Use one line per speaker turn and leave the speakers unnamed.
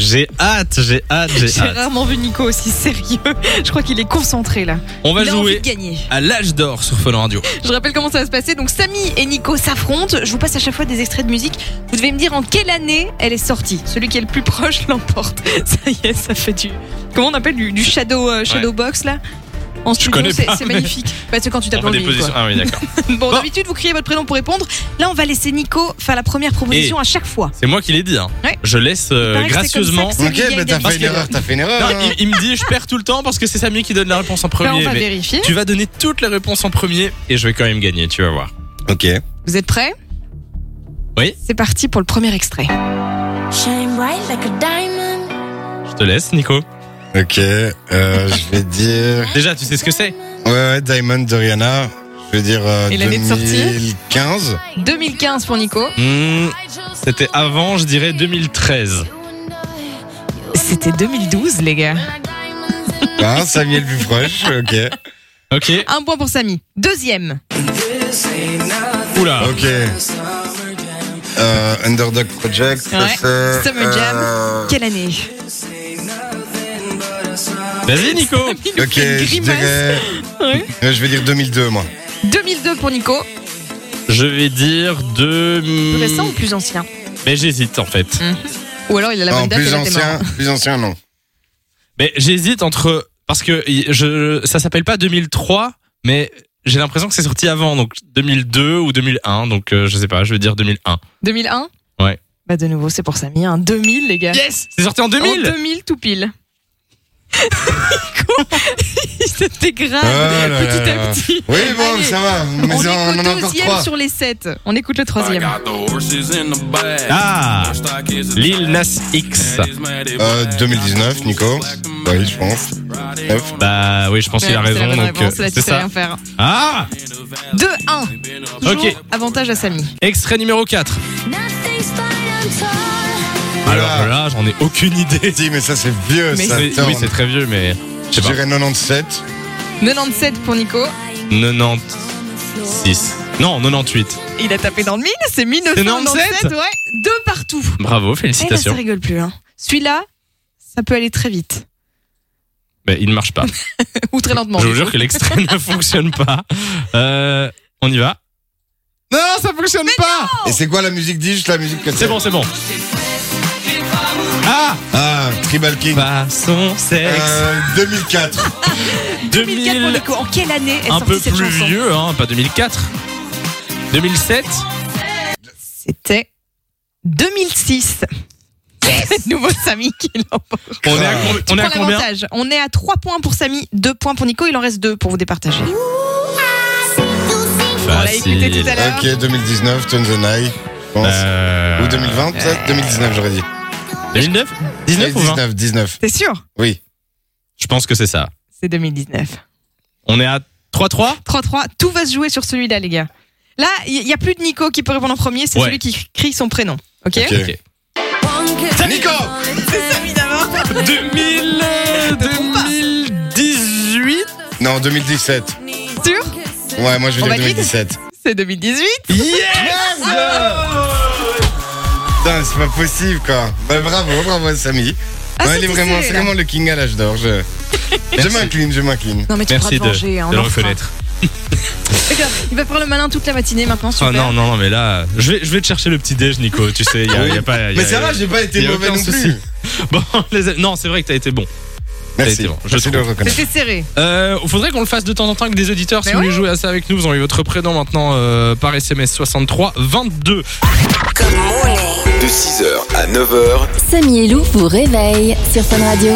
J'ai hâte, j'ai hâte, j'ai
J'ai
hâte.
rarement vu Nico aussi sérieux. Je crois qu'il est concentré là.
On va
Il a envie
jouer
de gagner.
à l'âge d'or sur Fun Radio.
Je rappelle comment ça va se passer. Donc Samy et Nico s'affrontent. Je vous passe à chaque fois des extraits de musique. Vous devez me dire en quelle année elle est sortie. Celui qui est le plus proche l'emporte. Ça y est, ça fait du. Comment on appelle du, du shadow euh, shadow box là en studio,
connais
c'est
pas,
c'est
mais-
magnifique. Bah, c'est quand tu tapes
On
en
fait des
ligne.
positions.
quoi.
Ah oui, d'accord.
Bon, d'habitude, vous criez votre prénom pour répondre. Là, on va laisser Nico faire la première proposition à chaque fois.
C'est moi qui l'ai dit. hein.
Ouais.
Je laisse euh,
Il paraît que c'est
gracieusement.
comme ça
Ok, mais t'as
Parce
fait une
que-
erreur, t'as fait une erreur.
Non,
hein.
il, il me dit, je perds tout le temps parce que c'est Samy qui donne la réponse en
Là, on
premier.
va
mais
vérifier.
tu vas donner toutes les réponses en premier et je vais quand même gagner, tu vas voir.
Ok.
Vous êtes prêts
Oui.
C'est parti pour le premier extrait.
Shine bright like a diamond.
Je te laisse, Nico.
Ok, euh, je vais dire.
Déjà, tu sais ce que c'est
Ouais, ouais, Diamond de Rihanna. Je vais dire euh,
Et l'année de sortie
2015.
2015 pour Nico.
Hmm, C'était avant, je dirais 2013.
C'était 2012, les gars.
Hein, Samy est le plus proche. Ok.
Ok.
Un point pour Samy. Deuxième.
Oula.
Ok. Euh, Underdog Project. ça,
Ouais.
c'est,
Summer Jam.
euh,
Quelle année
Vas-y, Nico.
Il nous
Ok,
fait une
je
grimace.
dirais.
Ouais.
euh, Je vais dire 2002, moi.
2002 pour Nico.
Je vais dire
Plus
2000.
récent ou plus ancien
Mais j'hésite en fait.
Ou alors il a la
non,
bonne date et
plus
la
ancien, plus ancien, non.
Mais j'hésite entre parce que y- je ça s'appelle pas 2003, mais j'ai l'impression que c'est sorti avant, donc 2002 ou 2001, donc euh, je sais pas, je veux dire 2001.
2001
Ouais.
Bah de nouveau, c'est pour Samy. Hein. 2000, les gars.
Yes, c'est sorti en
En
2000.
2000 tout pile. C'était grave,
Oh là là
Ah, petit à
là.
petit.
Oui, bon,
Allez,
ça va.
On
Mais on,
écoute
en a encore
deuxième
trois.
sur les 7. On écoute le
Oh,
troisième.
Ah, Lil Nas X.
Euh, 2019, Nico. Oui, je pense. Neuf.
Bah oui, je pense qu'il a
Ouais, c'est la
raison,
bonne
donc euh,
réponse, là, tu
c'est
sais hein.
ça.
rien faire.
Ah,
2-1. Toujours
Ok.
Avantage à Samy.
extrait numéro 4
Nothing's fine untold.
Alors là, j'en ai aucune idée.
Si, mais ça, c'est vieux,
Mais
ça.
Oui,
tourne.
oui, c'est très vieux, mais je
je
sais pas.
dirais 97.
97 pour Nico.
96. Non, 98.
Il a tapé dans le mille, c'est
97,
1997, ouais. Deux partout.
Bravo,
Et là, Eh ben, ça
félicitations.
rigole plus. Hein. Celui-là, ça peut aller très vite.
Mais il ne marche pas.
Ou très lentement.
Je vous jure que l'extrait ne fonctionne pas. Euh, on y va. Non, ça fonctionne pas.
Et c'est quoi la musique dit Juste la musique que
C'est bon, c'est bon. Ah,
Ah, Tribal King.
bah son sexe.
Euh, 2004.
2004 pour
2000,
Nico. En quelle année est
un
sortie
peu
cette
plus
chanson
vieux, hein, pas 2004. 2007.
C'était 2006. C'est de nouveau Samy qui l'emporte.
On est à,
Ah.
combi- on est à
Prends
combien
l'avantage. On est à 3 points pour Samy, 2 points pour Nico. Il en reste 2 pour vous départager. On l'a écouté tout à l'heure.
Ok, 2019, Tons and I, je pense.
Euh,
Ou 2020, peut-être 2019, j'aurais dit.
2009 19 ou 20
19, 19.
T'es sûr
Oui.
Je pense que c'est ça.
C'est 2019.
On est à 3-3
3-3. Tout va se jouer sur celui-là, les gars. Là, il n'y a plus de Nico qui peut répondre en premier, c'est
Ouais.
celui qui crie son prénom. Ok,
Ok.
Ok.
Nico
Évidemment.
2000, euh, 2018
Non, 2017.
Sûr
Ouais, moi je
On
vais dire
valide
2017.
C'est 2018. Ah,
Yes
Putain, c'est pas possible quoi. Bah, bravo, bravo Samy.
Ah,
ouais,
c'est
il est
poussé,
vraiment, c'est
là.
vraiment le king à l'âge d'or. Je, je m'incline, je m'incline.
Non, mais tu
Merci
pourras te
de,
venger, hein,
de le
on en fera.
reconnaître.
Regarde, Il va faire le malin toute la matinée maintenant. Super.
Ah non, non, non, mais là, je vais, je vais te chercher le petit déj, Nico, tu sais, il y a, y a pas. y a-
Mais ça va, j'ai pas
y
été
a
mauvais
aucun
non plus.
souci. Bon, les- non, c'est vrai que t'as été bon.
Merci,
été bon, je
merci de le
trouve.
reconnaître.
C'était serré.
Euh, faudrait qu'on le fasse de temps en temps avec des auditeurs. si
Mais
vous
Ben ouais.
voulez jouer à ça avec nous, vous envoyez votre prénom maintenant euh, par SMS 63 22.
De 6h à 9h,
Samy et Lou vous réveille sur Fun Radio.